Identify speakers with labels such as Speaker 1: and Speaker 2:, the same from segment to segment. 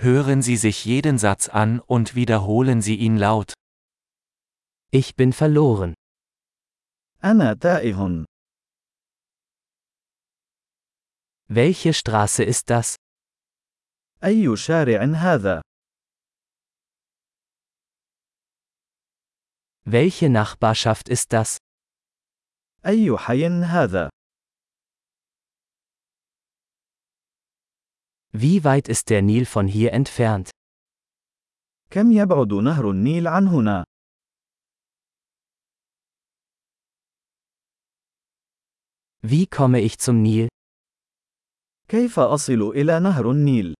Speaker 1: Hören Sie sich jeden Satz an und wiederholen Sie ihn laut.
Speaker 2: Ich bin verloren.
Speaker 3: أنا تائه.
Speaker 2: Welche Straße ist das?
Speaker 3: أي شارع هذا؟
Speaker 2: Welche Nachbarschaft ist das?
Speaker 3: أي حي هذا؟
Speaker 2: Wie weit ist der Nil von hier entfernt?
Speaker 3: كم يبعد نهر النيل عن هنا؟
Speaker 2: Wie komme ich zum Nil?
Speaker 3: كيف أصل إلى نهر النيل؟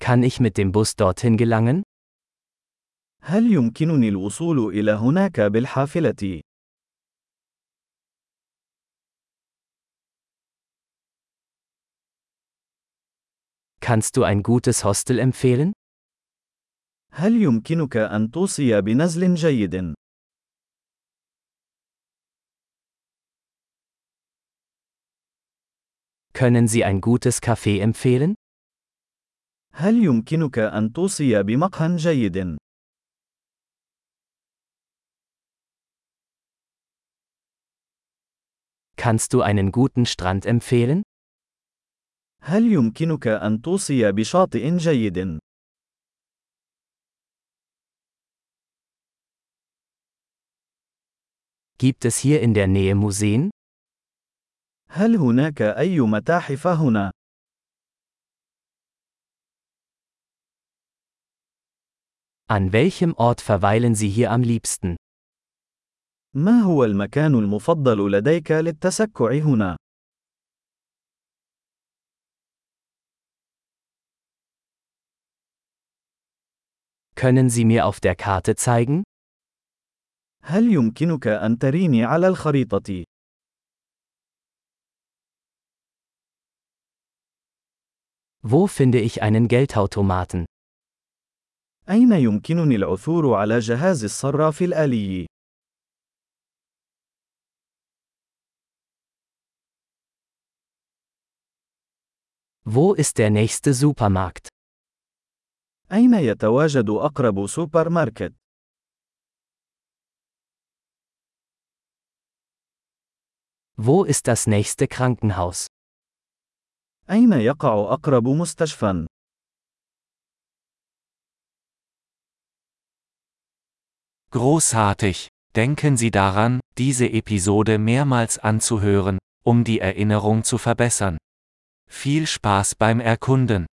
Speaker 2: Kann ich mit dem Bus dorthin gelangen?
Speaker 3: هل يمكنني الوصول إلى هناك بالحافلة؟
Speaker 2: Kannst du ein gutes Hostel empfehlen?
Speaker 3: هل يمكنك أن توصي بنزل جيد؟
Speaker 2: Können Sie ein gutes Café empfehlen?
Speaker 3: هل يمكنك أن توصي بمقهى جيد؟
Speaker 2: Kannst du einen guten Strand empfehlen?
Speaker 3: هل يمكنك أن توصي بشاطئ جيد؟
Speaker 2: Gibt es hier in der Nähe Museen?
Speaker 3: هل هناك أي متاحف هنا؟
Speaker 2: An welchem Ort verweilen Sie hier am liebsten?
Speaker 3: ما هو المكان المفضل لديك للتسكع هنا؟
Speaker 2: Können Sie mir auf der Karte zeigen?
Speaker 3: هل يمكنك أن تريني على الخريطة؟
Speaker 2: Wo finde ich einen Geldautomaten?
Speaker 3: أين يمكنني العثور على جهاز الصراف الآلي؟
Speaker 2: Wo ist der nächste Supermarkt?
Speaker 3: أين يتواجد أقرب سوبر ماركت؟
Speaker 2: Wo ist das nächste Krankenhaus?
Speaker 3: أين يقع أقرب مستشفى؟
Speaker 1: Großartig! Denken Sie daran, diese Episode mehrmals anzuhören, um die Erinnerung zu verbessern. Viel Spaß beim Erkunden!